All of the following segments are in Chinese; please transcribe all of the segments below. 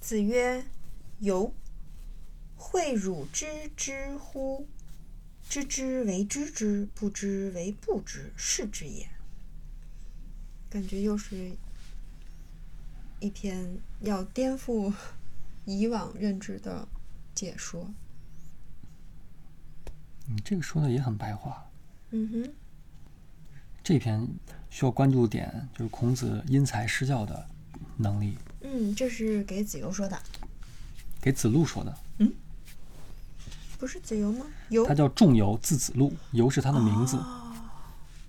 子曰：“由，惠汝知之乎？知之为知之，不知为不知，是知也。”感觉又是一篇要颠覆以往认知的解说。你嗯这个说的也很白话。嗯哼，这篇需要关注的点就是孔子因材施教的能力，嗯，这是给子游说的，给子路说的，不是子游吗？由他叫仲由，字子路，由是他的名字。哦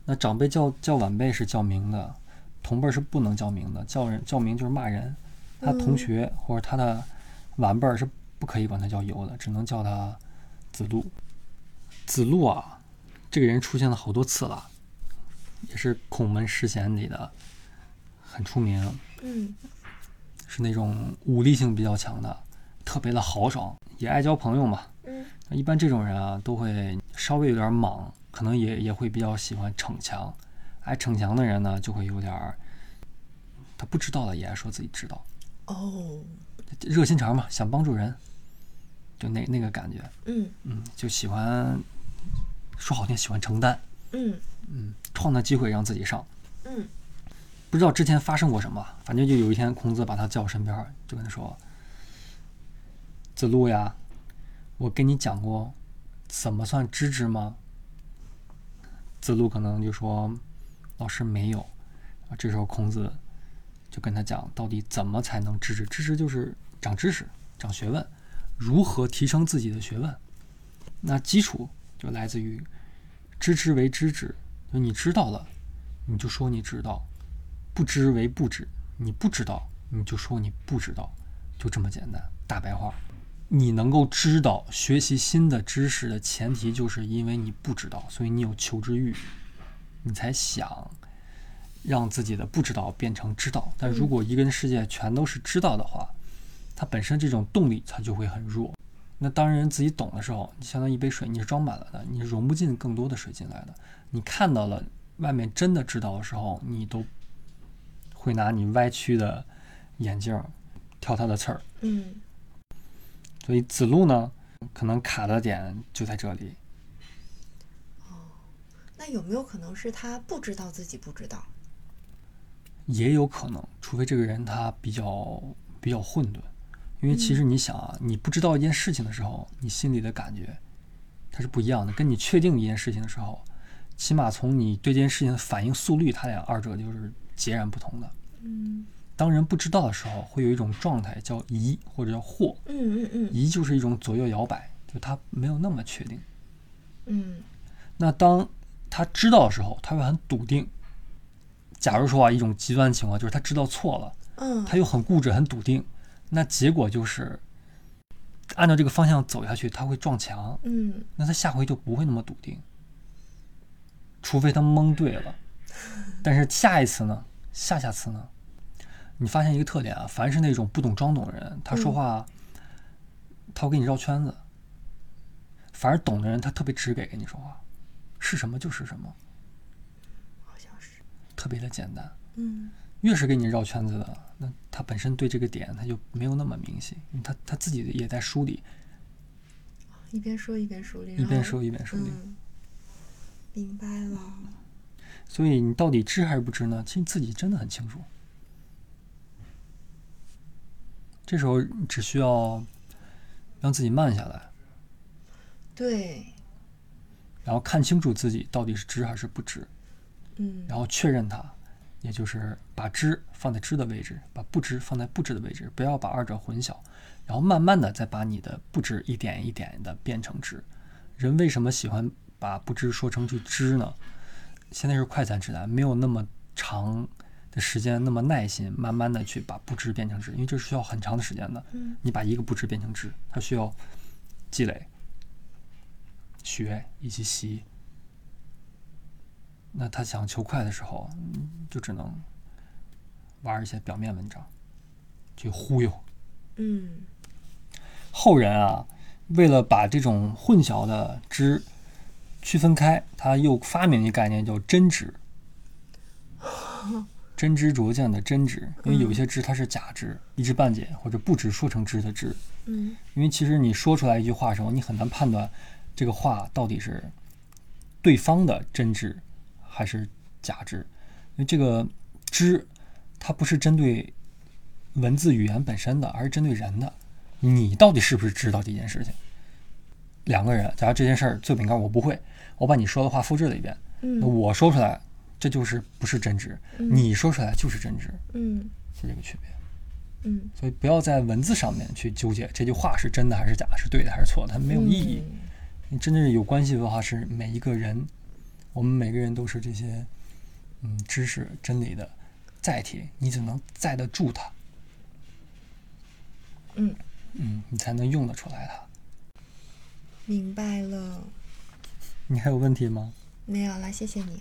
那长辈叫叫晚辈是叫名的，同辈儿是不能叫名的，叫人叫名就是骂人。他同学或者他的晚辈儿是不可以管他叫由的，只能叫他子路。子路啊，这个人出现了好多次了，也是孔门十贤里的很出名，嗯是那种武力性比较强的，特别的豪爽，也爱交朋友嘛。嗯那一般这种人啊，都会稍微有点莽，可能也也会比较喜欢逞强。爱逞强的人呢，就会有点儿，他不知道的也爱说自己知道，哦热心肠嘛，想帮助人，就那那个感觉，嗯嗯，就喜欢说好听，喜欢承担，嗯创造机会让自己上。嗯不知道之前发生过什么，反正就有一天，孔子把他叫身边儿，就跟他说：“子路呀，我跟你讲过，怎么算知之吗？”子路可能就说：“老师没有。”啊，这时候孔子就跟他讲，到底怎么才能知之？知之就是长知识、长学问，如何提升自己的学问？那基础就来自于知之为知之，就你知道了，你就说你知道。不知为不知，你不知道你就说你不知道，就这么简单，大白话。你能够知道学习新的知识的前提，就是因为你不知道，所以你有求知欲，你才想让自己的不知道变成知道。但如果一个人世界全都是知道的话，它本身这种动力它就会很弱。那当人自己懂的时候，你相当于一杯水，你是装满了的，你是融不进更多的水进来的。你看到了外面真的知道的时候，你都会拿你歪曲的眼镜儿挑他的刺儿。嗯所以子路呢，可能卡的点就在这里。那有没有可能是他不知道自己不知道？也有可能，除非这个人他比较比较混沌，因为其实你想啊，你不知道一件事情的时候，你心里的感觉它是不一样的，跟你确定一件事情的时候，起码从你对这件事情的反应速率，它俩二者就是截然不同的。嗯当人不知道的时候，会有一种状态叫疑或者叫惑，嗯嗯疑就是一种左右摇摆，就它没有那么确定。嗯那当他知道的时候，他会很笃定。假如说啊，一种极端情况就是他知道错了，嗯他又很固执、很笃定，那结果就是按照这个方向走下去，他会撞墙。嗯那他下回就不会那么笃定，除非他蒙对了。但是下一次呢？下下次呢？你发现一个特点啊，凡是那种不懂装懂的人，他说话，他会给你绕圈子；反而懂的人，他特别直给跟你说话，是什么就是什么，好像是。特别的简单。嗯越是给你绕圈子的，那他本身对这个点他就没有那么明晰，因为他他自己也在梳理，一边说一边梳理，一然边后说一边梳理。嗯，明白了。所以你到底知还是不知呢？其实自己真的很清楚。这时候只需要让自己慢下来，对，然后看清楚自己到底是知还是不知，嗯然后确认它，也就是把知放在知的位置，把不知放在不知的位置，不要把二者混淆，然后慢慢的再把你的不知一点一点的变成知。人为什么喜欢把不知说成去知呢？现在是快餐时代，没有那么长的时间，那么耐心，慢慢的去把不知变成知，因为这是需要很长的时间的。嗯你把一个不知变成知，它需要积累、学以及习。那他想求快的时候，嗯就只能玩一些表面文章，去忽悠。嗯后人啊，为了把这种混淆的知区分开，他又发明一个概念叫真知。真知灼见的真知，因为有一些知它是假知，一知半解或者不知说成知的知。嗯因为其实你说出来一句话的时候，你很难判断这个话到底是对方的真知还是假知，因为这个知它不是针对文字语言本身的，而是针对人的。你到底是不是知道这件事情？两个人，假如这件事儿做饼干我不会，我把你说的话复制了一遍，那嗯我说出来这就是不是真知，嗯你说出来就是真知，嗯是这个区别。嗯，所以不要在文字上面去纠结这句话是真的还是假的，是对的还是错的，它没有意义。嗯你真正有关系的话，是每一个人，我们每个人都是这些，嗯，知识真理的载体，你只能载得住它，嗯。嗯，你才能用得出来它。明白了，你还有问题吗？没有了，谢谢你。